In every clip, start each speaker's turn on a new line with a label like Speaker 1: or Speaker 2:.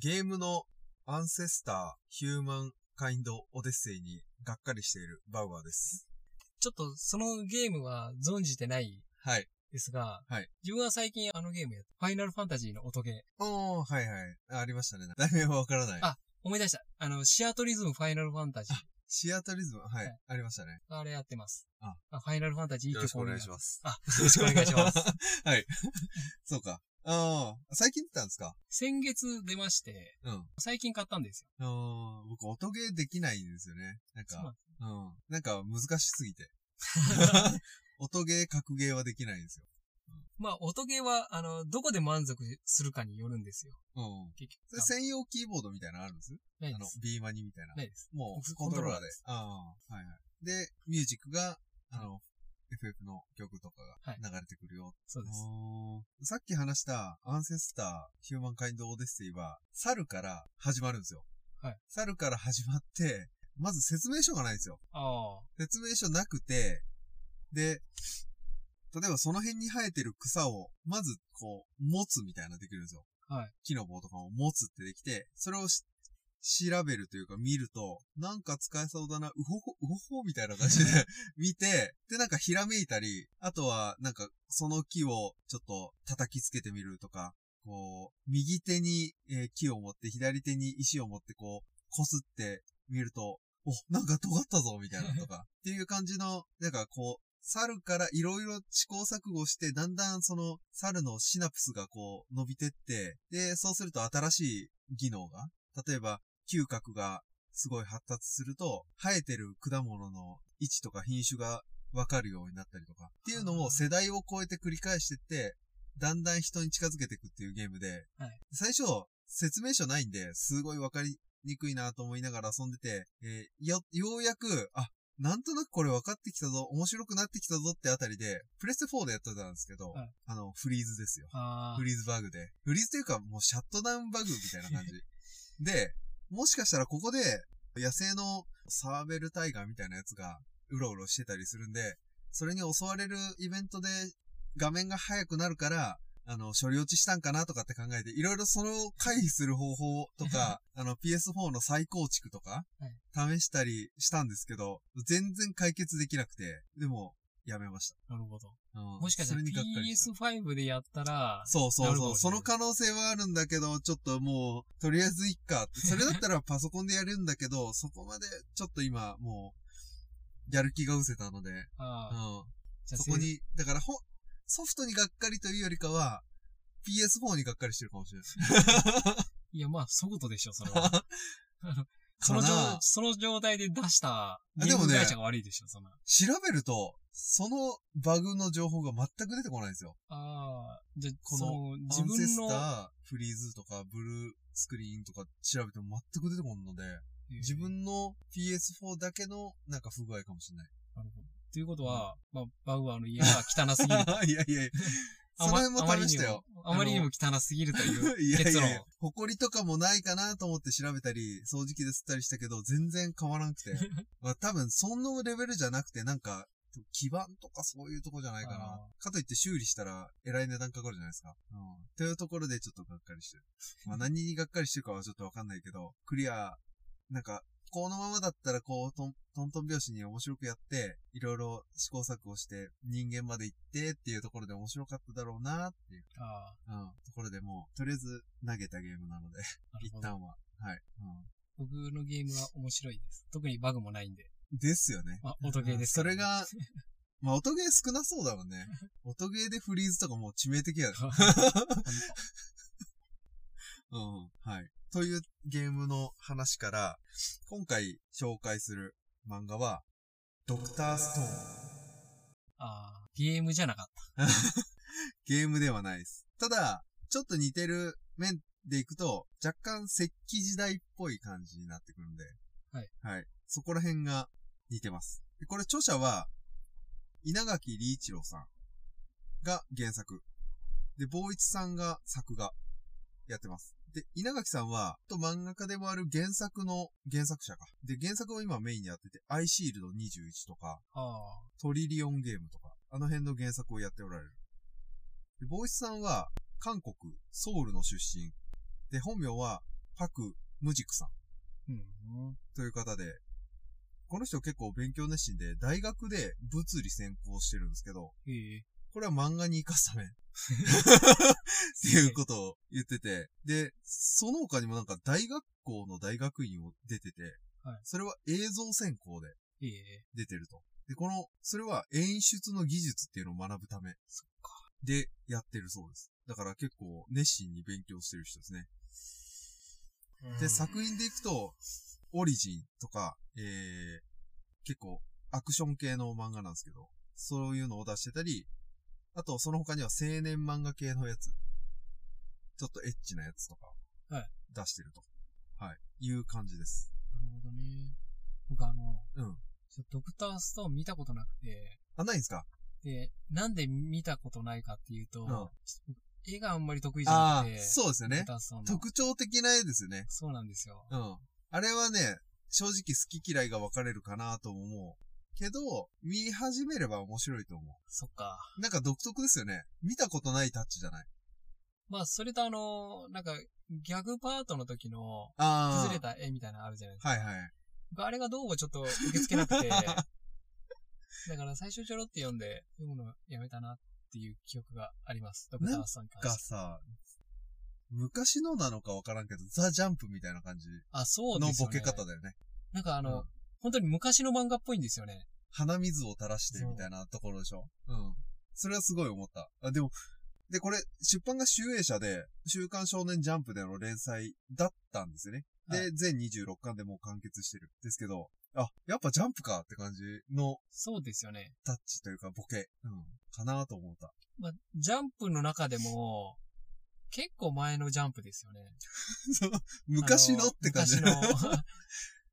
Speaker 1: ゲームのアンセスター、ヒューマンカインドオデッセイにがっかりしているバウアーです。
Speaker 2: ちょっとそのゲームは存じてない
Speaker 1: はい。
Speaker 2: ですが、
Speaker 1: はい
Speaker 2: 自分は最近あのゲームやった。ファイナルファンタジーの音ゲー。
Speaker 1: おー、はいはい。あありましたね。 題名はわからない。
Speaker 2: あ思い出した。あの、シアトリズムファイナルファンタジー
Speaker 1: シアトリズム、はい、
Speaker 2: はい
Speaker 1: ありましたね。
Speaker 2: あれやってます。
Speaker 1: あ
Speaker 2: あファイナルファンタジーいい
Speaker 1: よろしく
Speaker 2: 曲
Speaker 1: お
Speaker 2: 多い
Speaker 1: 願
Speaker 2: ない
Speaker 1: します。
Speaker 2: あ、よろしくお願いします。
Speaker 1: す。 はい。そうか。ああ、最近出たんですか
Speaker 2: 先月出まして、
Speaker 1: うん。
Speaker 2: 最近買ったんですよ。
Speaker 1: あのー僕、音ゲーできないんですよね。なん
Speaker 2: そうなん
Speaker 1: か、うん。なんか難しす ぎて。音ゲー、格ゲーはできないんですよ。
Speaker 2: まあ、音ゲーは、あの、どこで満足するかによるんですよ。
Speaker 1: うん。
Speaker 2: 結
Speaker 1: それ
Speaker 2: 局。
Speaker 1: 専用キーボードみたいなのあるんです
Speaker 2: あない
Speaker 1: あ
Speaker 2: で
Speaker 1: の
Speaker 2: す。、
Speaker 1: ビーマニみたいな。
Speaker 2: ないです。
Speaker 1: もう、コン
Speaker 2: コン
Speaker 1: ト
Speaker 2: ト
Speaker 1: ロ
Speaker 2: ロ
Speaker 1: ーラー
Speaker 2: ーラー
Speaker 1: で
Speaker 2: です。
Speaker 1: ああ、はいはい。で、ミュージックが、あの、FF の曲とかが
Speaker 2: はい
Speaker 1: 流れてくるよ。
Speaker 2: そうです。
Speaker 1: おーさっき話した、アンセスター、ヒューマンカインドオデッセイは、猿から始まるんですよ。
Speaker 2: はい。
Speaker 1: 猿から始まって、まず説明書がないんですよ。
Speaker 2: ああ。
Speaker 1: 説明書なくて、で、例えばその辺に生えてる草を、まずこう、持つみたいなのできるんですよ。
Speaker 2: はい。
Speaker 1: 木の棒とかを持つってできて、それをし調べるというか見ると、なんか使えそうだな、うほほ、うほほみたいな感じで 見て、でなんかひらめいたり、あとはなんかその木をちょっと叩きつけてみるとか、こう、右手に、えー木を持って、左手に石を持ってこう、こすってみると、お、なんか尖ったぞ、みたいなのとか、っていう感じの、なんかこう、猿からいろいろ試行錯誤して、だんだんその猿のシナプスがこう伸びてって、で、そうすると新しい技能が、例えば嗅覚がすごい発達すると、生えてる果物の位置とか品種がわかるようになったりとか、っていうのを世代を超えて繰り返してって、だんだん人に近づけていくっていうゲームで、
Speaker 2: はい
Speaker 1: 最初、説明書ないんで、すごいわかりにくいなと思いながら遊んでて、えーよ、ようやく、あ、なんとなくこれ分かってきたぞ、面白くなってきたぞってあたりで、プレステ4でやってたんですけど、
Speaker 2: はい
Speaker 1: あの、フリーズですよ。
Speaker 2: ああ
Speaker 1: フ。リーズバグで。フリーズというか、もうシャットダウンバグみたいな感 じ。で、もしかしたらここで、野生のサーベルタイガーみたいなやつが、うろうろしてたりするんで、それに襲われるイベントで、画面が速くなるから、あの、処理落ちしたんかなとかって考えて、いろいろそれを回避する方法と か、あの、PS4 の再構築とか、試したりしたんですけど、全然解決できなくて、でも、やめまし
Speaker 2: なるほど。
Speaker 1: た。うん
Speaker 2: もしかしたら
Speaker 1: それにがっかりした
Speaker 2: PS5 でやったら、
Speaker 1: そうそう
Speaker 2: なるほ
Speaker 1: そう。
Speaker 2: ど
Speaker 1: その可能性はあるんだけど、ちょっともう、とりあえずいっか って。それだったらパソコンでやれるんだけど、そこまでちょっと今、もう、やる気が失せたので、うん。
Speaker 2: ああ。じゃあ
Speaker 1: そこに、だからほ、ソフトにがっかりというよりかは、PS4 にがっかりしてるかもしれない。
Speaker 2: いや、まあ、そういうことでしょ、それは。その
Speaker 1: か
Speaker 2: 状
Speaker 1: な、
Speaker 2: その状態で出した、
Speaker 1: で
Speaker 2: ゲー
Speaker 1: もね
Speaker 2: ム会社が悪いでしょ、そんな。
Speaker 1: 調べると、そのバグの情報が全く出てこないんですよ。
Speaker 2: ああ、じゃあ、
Speaker 1: この
Speaker 2: その、自
Speaker 1: アンセ
Speaker 2: 分
Speaker 1: ス
Speaker 2: の
Speaker 1: タ、ー、フリーズとか、ブルースクリーンとか調べても全く出てこんので、
Speaker 2: えー
Speaker 1: 自分の PS4 だけのなんか不具合かもしれない。
Speaker 2: なるほどということは、まあ、バウアーの家は汚す ぎる。
Speaker 1: いやいやいや。その辺も試したよ。
Speaker 2: あまりにも。あまりにも汚すぎるという。
Speaker 1: いやい
Speaker 2: 結
Speaker 1: や
Speaker 2: 論
Speaker 1: いや、ほこりとかもないかなと思って調べたり、掃除機で吸ったりしたけど、全然変わらな くて。まあ多分、そのレベルじゃなくて、なんか、基板とかそういうとこじゃないかな。かといって修理したら、えらい値段かかるじゃないですか。うん。というところでちょっとがっかりしてる。まあ何にがっかりしてるかはちょっとわかんないけど、クリア、なんか、このままだったら、こう、トントントン拍子に面白くやって、いろいろ試行錯誤して、人間まで行ってっていうところで面白かっただろうなっていう、
Speaker 2: あ
Speaker 1: うん、ところでもう、とりあえず投げたゲームなので、
Speaker 2: あ、なる
Speaker 1: 一
Speaker 2: ほど。
Speaker 1: 旦は。はい。
Speaker 2: 僕のゲームは面白いです。特にバグもないんで。
Speaker 1: うん、ですよね。
Speaker 2: まあ、音ゲーです
Speaker 1: そ
Speaker 2: から
Speaker 1: れ
Speaker 2: ね、
Speaker 1: が、まあ、音ゲー少なそうだもん ね。音ゲーでフリーズとかもう致命的やね。 うん。はい。というゲームの話から、今回紹介する漫画は、ドクターストーン。
Speaker 2: ああ、ゲームじゃなかった。
Speaker 1: ゲームではないです。ただ、ちょっと似てる面でいくと、若干石器時代っぽい感じになってくるんで。
Speaker 2: はい。
Speaker 1: はい。そこら辺が似てます。でこれ著者は、稲垣理一郎さんが原作。で、坊一さんが作画やってます。で、稲垣さんは、と漫画家でもある原作の原作者か。で、原作を今メインにやってて、アイシールド21とか、
Speaker 2: あ
Speaker 1: トリリオンゲームとか、あの辺の原作をやっておられる。でボイスさんは、韓国、ソウルの出身。で、本名は、パク・ムジクさん
Speaker 2: うん。
Speaker 1: という方で、この人結構勉強熱心で、大学で物理専攻してるんですけど、
Speaker 2: ええ。
Speaker 1: これは漫画に生かすため。っていうことを言ってて、で、その他にもなんか大学校の大学院を出てて、
Speaker 2: はい
Speaker 1: それは映像専攻で
Speaker 2: ええ。
Speaker 1: 出てると。で、この、それは演出の技術っていうのを学ぶため。で、やってるそうです。だから結構熱心に勉強してる人ですね。
Speaker 2: うん
Speaker 1: で、作品でいくと、オリジンとか、えー、結構アクション系の漫画なんですけど、そういうのを出してたり、あとその他には青年漫画系のやつ、ちょっとエッチなやつとか
Speaker 2: はい、
Speaker 1: 出してると。はい。いう感じです。
Speaker 2: なるほどね。僕あの、
Speaker 1: うん。
Speaker 2: ちょドクターストーン見たことなくて、
Speaker 1: あ、ないんすか
Speaker 2: で、なんで見たことないかっていうと、
Speaker 1: うん
Speaker 2: ちょっと絵があんまり得意じゃ
Speaker 1: あ
Speaker 2: な
Speaker 1: あ
Speaker 2: く
Speaker 1: ー、
Speaker 2: て、
Speaker 1: そうですよ
Speaker 2: ド
Speaker 1: ね
Speaker 2: クタ。ーストーンの。
Speaker 1: 特徴的な絵ですよね。
Speaker 2: そうなんですよ。
Speaker 1: うん。あれはね、正直好き嫌いが分かれるかなとも思う。けど、見始めれば面白いと思
Speaker 2: そっか。
Speaker 1: う。なんか独特ですよね。見たことないタッチじゃない
Speaker 2: まあ、それとあの、なんか、ギャグパートの時の、
Speaker 1: ああ。
Speaker 2: 崩れた絵みたいなのあるじゃないですか。
Speaker 1: はいはい。
Speaker 2: 僕あれがどうもちょっと受け付けなく て、だから最初ちょろって読んで、読むのやめたなっていう記憶があります。ドクターストーンに関
Speaker 1: が
Speaker 2: して。
Speaker 1: さ、昔のなのか分からんけど、ザ・ジャンプみたいな感じ
Speaker 2: あ、そう
Speaker 1: の
Speaker 2: です
Speaker 1: ボ
Speaker 2: よね。
Speaker 1: ケ方だよね。
Speaker 2: なんかあの、
Speaker 1: うん
Speaker 2: 本当に昔の漫画っぽいんですよね。
Speaker 1: 鼻水を垂らしてみたいなところでしょうん。それはすごい思った。あ、でも、で、これ、出版が集英社で、週刊少年ジャンプでの連載だったんですよね。で、
Speaker 2: は
Speaker 1: 全26巻でもう完結してる。ですけど、あ、やっぱジャンプかって感じの
Speaker 2: そうですよね。
Speaker 1: タッチというかボケ、うん、かなと思った。
Speaker 2: まあ、ジャンプの中でも、結構前のジャンプですよね。
Speaker 1: そう昔のって感じ。
Speaker 2: あの 昔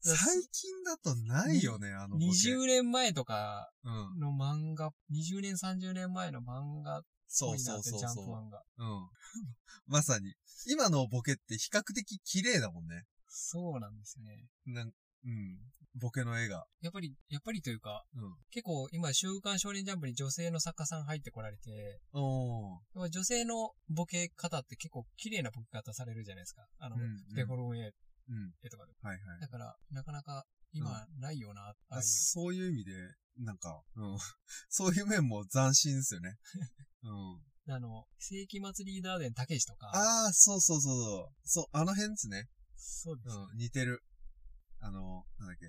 Speaker 1: 最近だとないよね、あの
Speaker 2: の、
Speaker 1: ボケ。
Speaker 2: 20年前とか
Speaker 1: うん。
Speaker 2: の漫画、20年、30年前の漫画っ
Speaker 1: そ
Speaker 2: ぽ
Speaker 1: う
Speaker 2: いな
Speaker 1: そ
Speaker 2: っ
Speaker 1: う
Speaker 2: て、
Speaker 1: そう
Speaker 2: ジャンプ
Speaker 1: そ
Speaker 2: 漫画。
Speaker 1: う。うん。 まさに。今のボケって比較的綺麗だもんね。
Speaker 2: そうなんですよね。
Speaker 1: なんうん。ボケの絵が。
Speaker 2: やっぱり、やっぱりというか、
Speaker 1: うん。
Speaker 2: 結構今、週刊少年ジャンプに女性の作家さん入ってこられて、
Speaker 1: おー。
Speaker 2: やっぱ女性のボケ方って結構綺麗なボケ方されるじゃないですか。あの、
Speaker 1: うんうん
Speaker 2: デフォルメ
Speaker 1: うん。
Speaker 2: 絵とかで。
Speaker 1: はいはい。
Speaker 2: だから、なかなか今ないよな、ああいう。
Speaker 1: そういう意味で、なんか、うん。 そういう面も斬新ですよね。うん。
Speaker 2: あの、世紀末リーダー伝たけしとか。
Speaker 1: あー、そうそうそうそう。そう、あの辺ですね。
Speaker 2: そうです。
Speaker 1: うん。似てる。あの、なんだっけ。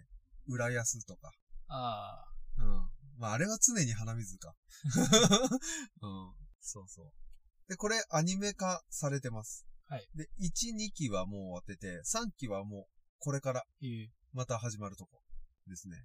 Speaker 1: 浦安とか。
Speaker 2: ああ、
Speaker 1: うん。まあ、あれは常に鼻水 か。うん。そうそう。で、これアニメ化されてます。
Speaker 2: はい。
Speaker 1: で、1、2期はもう終わってて、3期はもうこれから
Speaker 2: いい。
Speaker 1: また始まるとこですね。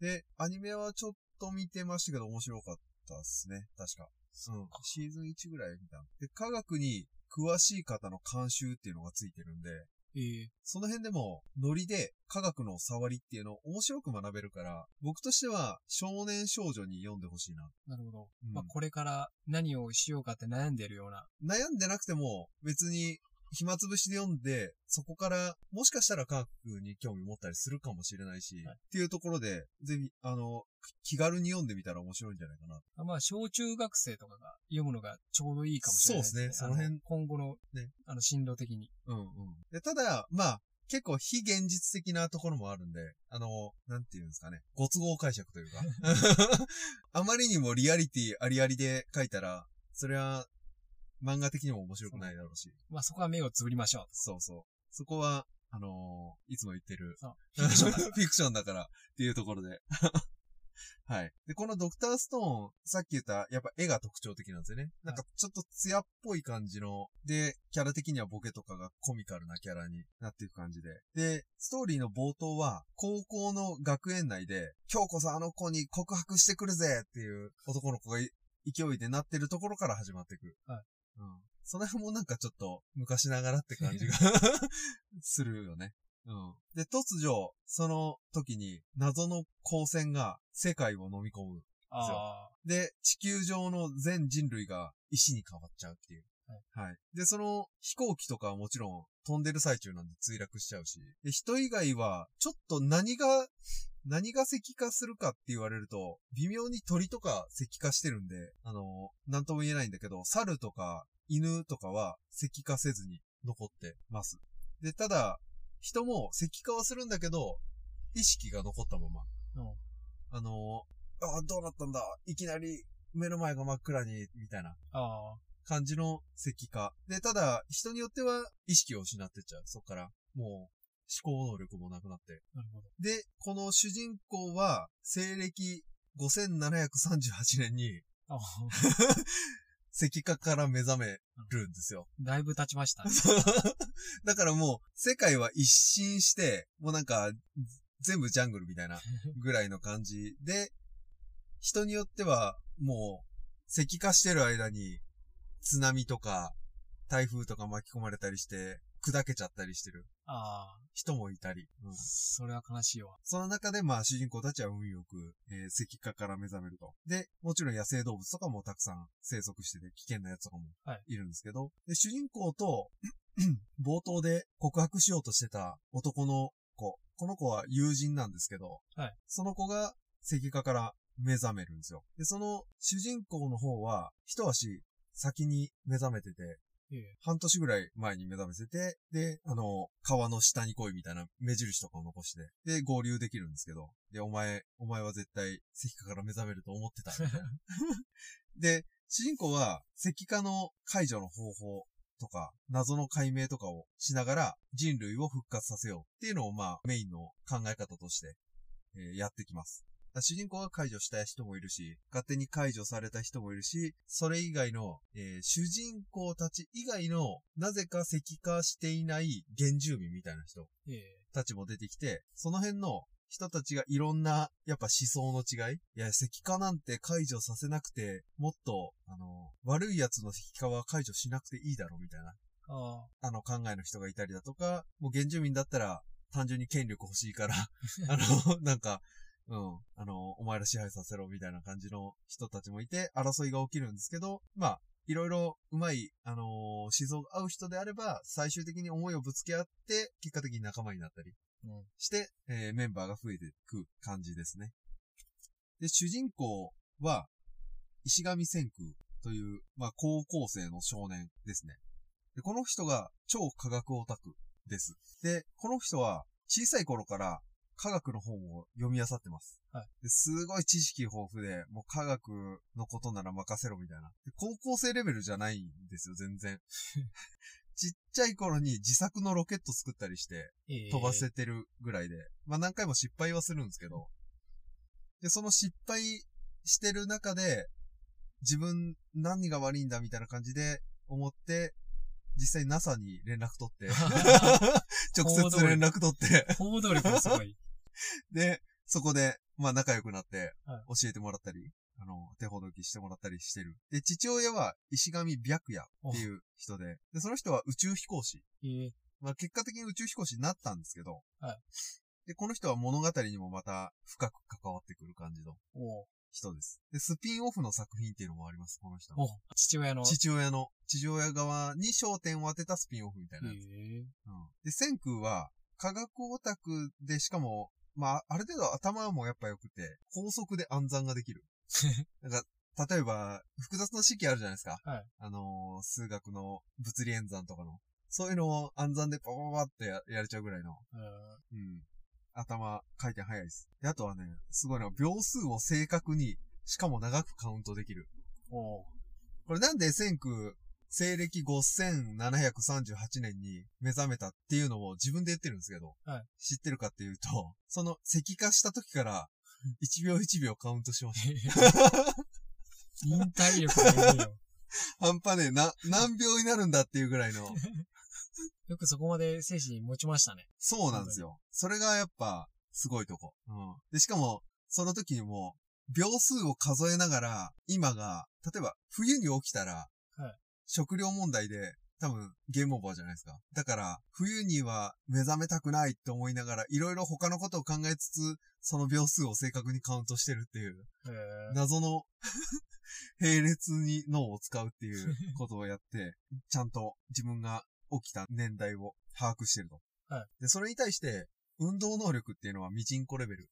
Speaker 1: で、アニメはちょっと見てましたけど面白かったですね。確か。うん。シーズン1ぐらい見たの。で、科学に詳しい方の監修っていうのがついてるんで、
Speaker 2: ええ
Speaker 1: その辺でも、ノリで科学の触りっていうのを面白く学べるから、僕としては少年少女に読んでほしいな。
Speaker 2: なるほど。
Speaker 1: うん
Speaker 2: まあ、これから何をしようかって悩んでるような。
Speaker 1: 悩んでなくても、別に暇つぶしで読んで、そこから、もしかしたら科学に興味持ったりするかもしれないし、
Speaker 2: はい
Speaker 1: っていうところで、ぜひ、あの、気軽に読んでみたら面白いんじゃないかな。
Speaker 2: まあ、小中学生とかが読むのがちょうどいいかもしれないですね。
Speaker 1: そうですねその辺
Speaker 2: あ今後の、
Speaker 1: ね
Speaker 2: あの、進路的に。
Speaker 1: うんうん。で、ただ、まあ、結構非現実的なところもあるんで、あの、なんていうんですかね、ご都合解釈と いうか。あまりにもリアリティありありで書いたら、それは漫画的にも面白くないだろうし。
Speaker 2: まあ、そこは目をつぶりましょう。
Speaker 1: そうそう。そこは、あのーいつも言ってる。
Speaker 2: そう。
Speaker 1: フィクションだからっていうところで。 はい。で、このドクターストーン、さっき言った、やっぱ絵が特徴的なんですよね。なんかちょっと艶っぽい感じの、で、キャラ的にはボケとかがコミカルなキャラになっていく感じで。で、ストーリーの冒頭は、高校の学園内で、京子さんあの子に告白してくるぜっていう男の子がい勢いでなってるところから始まっていく。
Speaker 2: はい。
Speaker 1: うん。その辺もなんかちょっと昔ながらって感じが するよね。うん。で、突如、その時に謎の光線が世界を飲み込む。
Speaker 2: ああ、
Speaker 1: で、地球上の全人類が石に変わっちゃうっていう。はい。で、その飛行機とかはもちろん飛んでる最中なんで墜落しちゃうし。で、人以外は、ちょっと何が、何が石化するかって言われると、微妙に鳥とか石化してるんで、あの、なんとも言えないんだけど、猿とか犬とかは石化せずに残ってます。で、ただ、人も石化はするんだけど、意識が残ったまま。
Speaker 2: うん
Speaker 1: あのー、ああ、どうなったんだいきなり目の前が真っ暗に、みたいな
Speaker 2: ああ、
Speaker 1: 感じの石化。で、ただ、人によっては意識を失ってっちゃう。そっから、もう思考能力もなくなって。
Speaker 2: なるほど。
Speaker 1: で、この主人公は、西暦5738年に、
Speaker 2: ああ、
Speaker 1: 石化から目覚めるんですよ。
Speaker 2: だいぶ経ちましたね。
Speaker 1: だからもう、世界は一新して、もうなんか、全部ジャングルみたいなぐらいの感じで、人によっては、もう、石化してる間に、津波とか、台風とか巻き込まれたりして、砕けちゃったりしてる
Speaker 2: ああ、
Speaker 1: 人もいたり。うん
Speaker 2: それは悲しいわ。
Speaker 1: その中で、まあ、主人公たちは運よく、えー石化から目覚めると。で、もちろん野生動物とかもたくさん生息してて、危険なやつとかも
Speaker 2: はい
Speaker 1: いるんですけど、で、主人公と、 冒頭で告白しようとしてた男の子、この子は友人なんですけど、
Speaker 2: はい
Speaker 1: その子が石化から目覚めるんですよ。で、その主人公の方は、一足先に目覚めてて、
Speaker 2: ええ
Speaker 1: 半年ぐらい前に目覚めてて、で、あの、川の下に来いみたいな目印とかを残して、で、合流できるんですけど、で、お前、お前は絶対石化から目覚めると思ってた。で、主人公は石化の解除の方法とか、謎の解明とかをしながら人類を復活させようっていうのをまあメインの考え方として、えーやってきます。だ主人公が解除した人もいるし、勝手に解除された人もいるし、それ以外の、えー主人公たち以外の、なぜか石化していない原住民みたいな人
Speaker 2: ええ
Speaker 1: たちも出てきて、その辺の人たちがいろんな、やっぱ思想の違いいや、石化なんて解除させなくて、もっと、あの、悪い奴の石化は解除しなくていいだろうみたいな、
Speaker 2: あ
Speaker 1: あの考えの人がいたりだとか、もう原住民だったら、単純に権力欲しい から、あの、なんか、うん、あの、お前ら支配させろみたいな感じの人たちもいて、争いが起きるんですけど、まあ、いろいろうまい、あの思想が合う人であれば、最終的に思いをぶつけ合って、結果的に仲間になったり、
Speaker 2: あ、うん。
Speaker 1: して、えーメンバーが増えていく感じですね。で、主人公は、石上千空という、まあ、高校生の少年ですね。で、この人が超科学オタクです。で、この人は小さい頃から科学の本を読み漁ってます。
Speaker 2: はい
Speaker 1: ですごい知識豊富で、もう科学のことなら任せろみたいな。で高校生レベルじゃないんですよ、全然。 ちっちゃい頃に自作のロケット作ったりして、
Speaker 2: ええ
Speaker 1: 飛ばせてるぐらいで、まあ何回も失敗はするんですけど、で、その失敗してる中で、自分何が悪いんだみたいな感じで思って、実際 NASA に連絡 取って、直接連絡取って、
Speaker 2: 行動力もすごい。
Speaker 1: で、そこで、まあ仲良くなって
Speaker 2: は、
Speaker 1: 教えてもらったり、あの、手ほどきしてもらったりしてる。で、父親は石上白夜っていう人で、で、その人は宇宙飛行士
Speaker 2: ええ
Speaker 1: まあ、結果的に宇宙飛行士になったんですけど、
Speaker 2: はい
Speaker 1: で、この人は物語にもまた深く関わってくる感じの
Speaker 2: おう
Speaker 1: 人です。で、スピンオフの作品っていうのもあります、この人の。
Speaker 2: おう父親の。
Speaker 1: 父親の、父親側に焦点を当てたスピンオフみたい
Speaker 2: え
Speaker 1: なやつ。
Speaker 2: え
Speaker 1: うん、で、千空は、科学オタクで、しかも、まあ、ある程度頭もやっぱ良くて、高速で暗算ができる。なんか、例えば、複雑な式あるじゃないですか。
Speaker 2: はい
Speaker 1: あのー数学の物理演算とかの。そういうのを暗算でパパパパってややれちゃうぐらいの。
Speaker 2: うん
Speaker 1: うん。頭、回転早いです。で、あとはね、すごいのは、秒数を正確に、しかも長くカウントできる。
Speaker 2: おう
Speaker 1: これなんで千空、西暦5738年に目覚めたっていうのを自分で言ってるんですけど、
Speaker 2: はい
Speaker 1: 知ってるかっていう と、その石化した時から、1秒1秒カウントし まし
Speaker 2: ええ忍耐力がいる よ。
Speaker 1: た。半端ねえ、な、何秒になるんだっていうぐらいの、
Speaker 2: よくそこまで精神持ちましたね。
Speaker 1: そうなんですよ。それがやっぱ、すごいとこ。うん。で、しかも、その時にも、秒数を数えながら、今が、例えば、冬に起きたら、
Speaker 2: はい
Speaker 1: 食料問題で、多分、ゲームオーバーじゃないですか。だから、冬には目覚めたくないって思いながら、いろいろ他のことを考えつつ、その秒数を正確にカウントしてるっていう、
Speaker 2: ええ
Speaker 1: 謎の、 並列に脳を使うって いうことをやって、ちゃんと自分が起きた年代を把握してると。
Speaker 2: はい
Speaker 1: で、それに対して、運動能力っていうのはミチンコレベ ル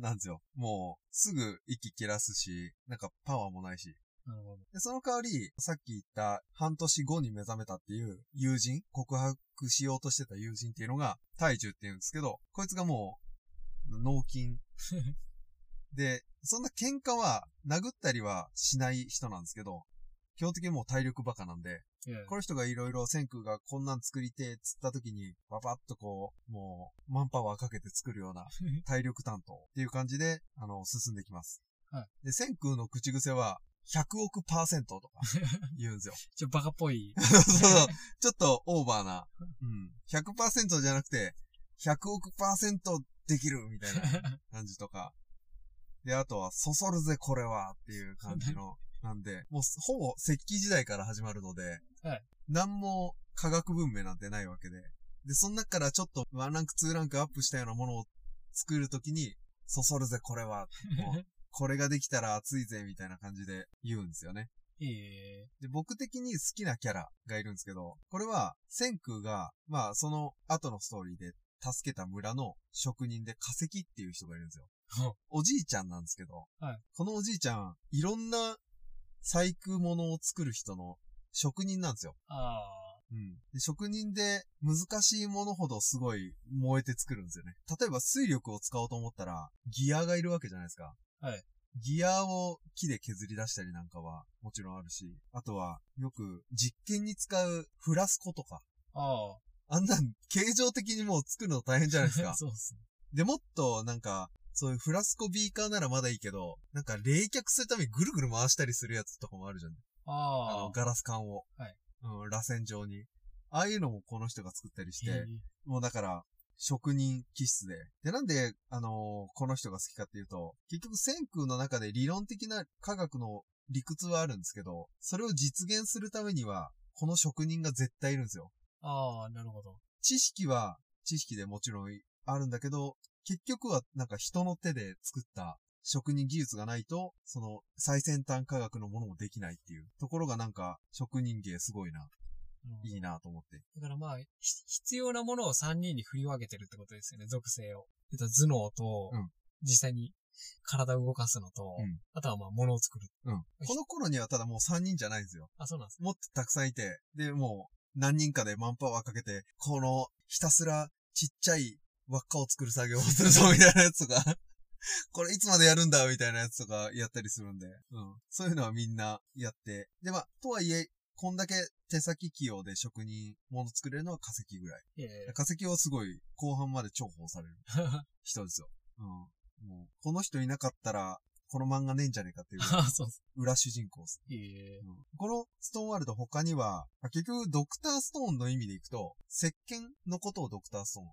Speaker 1: なんですよ。もう、すぐ息切らすし、なんかパワーもないし。
Speaker 2: なるほど。
Speaker 1: で、その代わり、さっき言った半年後に目覚めたっていう友人、告白しようとしてた友人っていうのが、大樹って言うんですけど、こいつがもう、脳筋。で、そんな喧嘩は、殴ったりはしない人なんですけど、基本的にもう体力バカなんで、
Speaker 2: いや
Speaker 1: この人がいろいろ千空がこんなん作りてえっつった時に、ババッとこう、もう、マンパワーかけて作るような体力担当っていう感じで、あの、進んできます。
Speaker 2: は
Speaker 1: で、千空の口癖は、100億パーセントとか言うんですよ。
Speaker 2: ちょ、バカっぽい。
Speaker 1: そう そう。ちょっとオーバーな。うん。100%じゃなくて、100億パーセントできるみ たいな感じとか。で、あとは、そそるぜこれはっていう感じの、なんで、もうほぼ石器時代から始まるので、
Speaker 2: はい
Speaker 1: 何も科学文明なんてないわけで。で、その中からちょっと1ランク2ランクアップしたようなものを作るときに、そそるぜこれは、もうこれができたら熱いぜみたいな感じで言うんですよね。
Speaker 2: いえ
Speaker 1: で、僕的に好きなキャラがいるんですけど、これは、千空が、まあ、その後のストーリーで助けた村の職人で化石っていう人がいるんですよ。
Speaker 2: は
Speaker 1: おじいちゃんなんですけど、
Speaker 2: はい
Speaker 1: このおじいちゃん、いろんな細工物を作る人の職人なんですよ。
Speaker 2: あ
Speaker 1: うん。で職人で難しいものほどすごい燃えて作るんですよね。例えば水力を使おうと思ったら、ギアがいるわけじゃないですか。
Speaker 2: はい。
Speaker 1: ギアを木で削り出したりなんかはもちろんあるし、あとはよく実験に使うフラスコとか、
Speaker 2: あ。あ
Speaker 1: あんなん形状的にもう作るの大変じゃないですか
Speaker 2: あ。。 そうっすね。
Speaker 1: で、もっとなんか、そういうフラスコビーカーならまだいいけど、なんか冷却するためにぐるぐる回したりするやつとかもあるじゃん。あ
Speaker 2: あ
Speaker 1: の、
Speaker 2: あ。
Speaker 1: ガラス管を。
Speaker 2: はい
Speaker 1: うん、螺旋状に。ああいうのもこの人が作ったりして、
Speaker 2: ええ
Speaker 1: もうだから、職人気質で。で、なんで、あのーこの人が好きかっていうと、結局先空の中で理論的な科学の理屈はあるんですけど、それを実現するためには、この職人が絶対いるんですよ。
Speaker 2: ああ、なるほど。
Speaker 1: 知識は知識でもちろんあるんだけど、結局はなんか人の手で作った職人技術がないと、その最先端科学のものもできないっていうところがなんか職人芸すごいな、
Speaker 2: なるほど
Speaker 1: いいなと思って。
Speaker 2: だからまあ、ひ必要なものを3人に振り分けてるってことですよね、属性を。えっと頭脳と、
Speaker 1: うん
Speaker 2: 実際に体を動かすのと、
Speaker 1: うん
Speaker 2: あとはまあ物を作る。
Speaker 1: うん。この頃にはただもう3人じゃないんですよ。
Speaker 2: あ、そうなんですね。
Speaker 1: もっとたくさんいて、で、もう何人かでマンパワーかけて、このひたすらちっちゃい輪っかを作る作業をするぞみたいなやつとか、 これいつまでやるんだみたいなやつとかやったりするんで、うん。そういうのはみんなやって。で、まあ、とはいえ、こんだけ手先器用で職人もの作れるのは化石ぐらい。
Speaker 2: いやいやいや
Speaker 1: 化石はすごい後半まで重宝される人ですよ。うん。もう、この人いなかったら、この漫画ねえんじゃねえかっていうぐらい
Speaker 2: あ あ、そうっす。
Speaker 1: 裏主人公です。
Speaker 2: いやいやいや
Speaker 1: このストーンワールド他には、あ結局ドクターストーンの意味でいくと、石鹸のことをドクターストーン。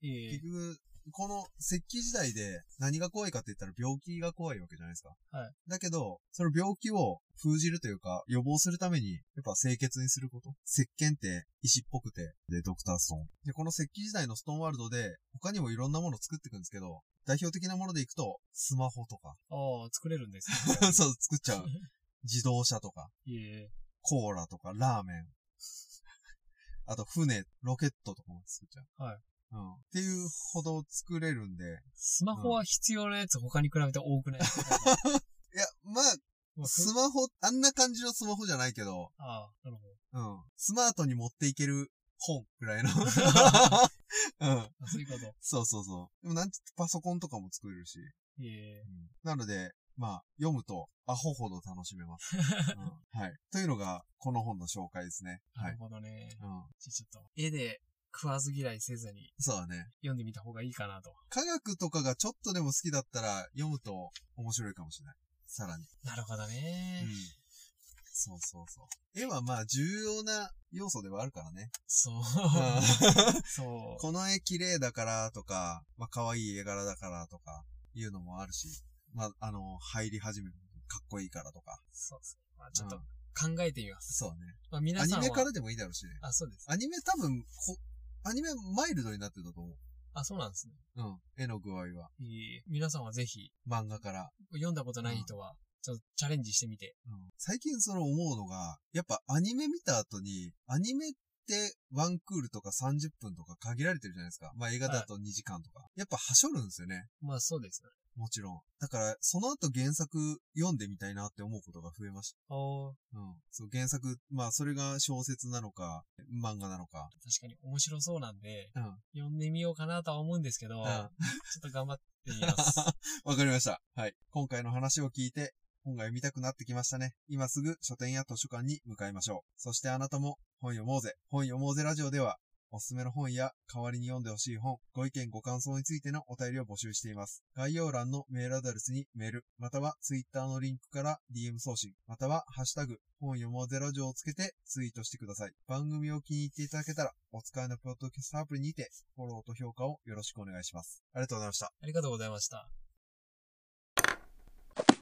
Speaker 2: いやいや
Speaker 1: 結局、この石器時代で何が怖いかって言ったら病気が怖いわけじゃないですか。
Speaker 2: はい
Speaker 1: だけど、その病気を封じるというか予防するために、やっぱ清潔にすること。石鹸って石っぽくて、で、ドクターストーン。で、この石器時代のストーンワールドで、他にもいろんなものを作っていくんですけど、代表的なものでいくと、スマホとか、
Speaker 2: ああ、作れるんです
Speaker 1: そう、作っちゃう。
Speaker 2: ね。
Speaker 1: 自動車とか。
Speaker 2: いやいやいや
Speaker 1: コーラとかラーメン。 あと船、ロケットとかも作っちゃう。
Speaker 2: はい。
Speaker 1: うん。っていうほど作れるんで。
Speaker 2: スマホは必要なやつ他に比べて多くない
Speaker 1: いや、まあ、
Speaker 2: まあふ
Speaker 1: スマホ、あんな感じのスマホじゃないけど、
Speaker 2: ああ、なるほど。
Speaker 1: うん。スマートに持っていける本ぐらいの。 うん。
Speaker 2: あそういうこと。
Speaker 1: そうそうそう。でもなんつパソコンとかも作れるし。
Speaker 2: いやいやいや
Speaker 1: うんなので、まあ、読むと、アホほど楽しめ ます。うん、はい。というのが、この本の紹介ですね。は
Speaker 2: ないる。ほどね。
Speaker 1: うん。
Speaker 2: じゃあちょっと、絵で食わず嫌いせずに
Speaker 1: そうだね。
Speaker 2: 読んでみた方がいいかなと。
Speaker 1: 科学とかがちょっとでも好きだったら読むと面白いかもしれない。さらに。
Speaker 2: なるほどね。
Speaker 1: そうそうそう。絵はまあ重要な要素ではあるからね。
Speaker 2: そう。 そう。
Speaker 1: この絵綺麗だからとか、まあ可愛い絵柄だからとかいうのもあるし、まああの、入り始めるかっこいいからとか。
Speaker 2: そうですね。まあちょっと
Speaker 1: うん
Speaker 2: 考えてみます。
Speaker 1: そうね。
Speaker 2: まあ皆
Speaker 1: ア
Speaker 2: さ
Speaker 1: ニ
Speaker 2: んは。
Speaker 1: メからでもいいだろうしね。
Speaker 2: あ、そうです。
Speaker 1: アニメ多分こ、アニメマイルドになってたと思う。
Speaker 2: あ、そうなんですね。
Speaker 1: うん。絵の具合は。
Speaker 2: いい皆さんはぜひ、
Speaker 1: 漫画から。
Speaker 2: 読んだことない人は、ちょっとチャレンジしてみて。
Speaker 1: 最近その思うのが、やっぱアニメ見た後に、アニメってワンクールとか30分とか限られてるじゃないですか。まあ映画だと2時間とか。やっぱはしょるんですよね。
Speaker 2: まあそうですよね。
Speaker 1: もちろん。だから、その後原作読んでみたいなって思うことが増えまし
Speaker 2: ああ、
Speaker 1: た。うん。そう、原作、まあ、それが小説なのか、漫画なのか。
Speaker 2: 確かに面白そうなんで、
Speaker 1: うん。
Speaker 2: 読んでみようかなとは思うんですけ
Speaker 1: う
Speaker 2: ど、
Speaker 1: ん。
Speaker 2: ちょ
Speaker 1: わ
Speaker 2: っと頑張ってみ ます。
Speaker 1: かりました。はい。今回の話を聞いて、本が読みたくなってきましたね。今すぐ書店や図書館に向かいましょう。そしてあなたも、本読もうぜ。本読もうぜラジオでは、おすすめの本や代わりに読んでほしい本、ご意見ご感想についてのお便りを募集しています。概要欄のメールアドレスにメール、またはツイッターのリンクから DM 送信、またはハッシュタグ、本読もうゼラジオをつけてツイートしてください。番組を気に入っていただけたら、お使いのプロトキャストアプリにて、フォローと評価をよろしくお願いします。ありがとうございました。
Speaker 2: ありがとうございました。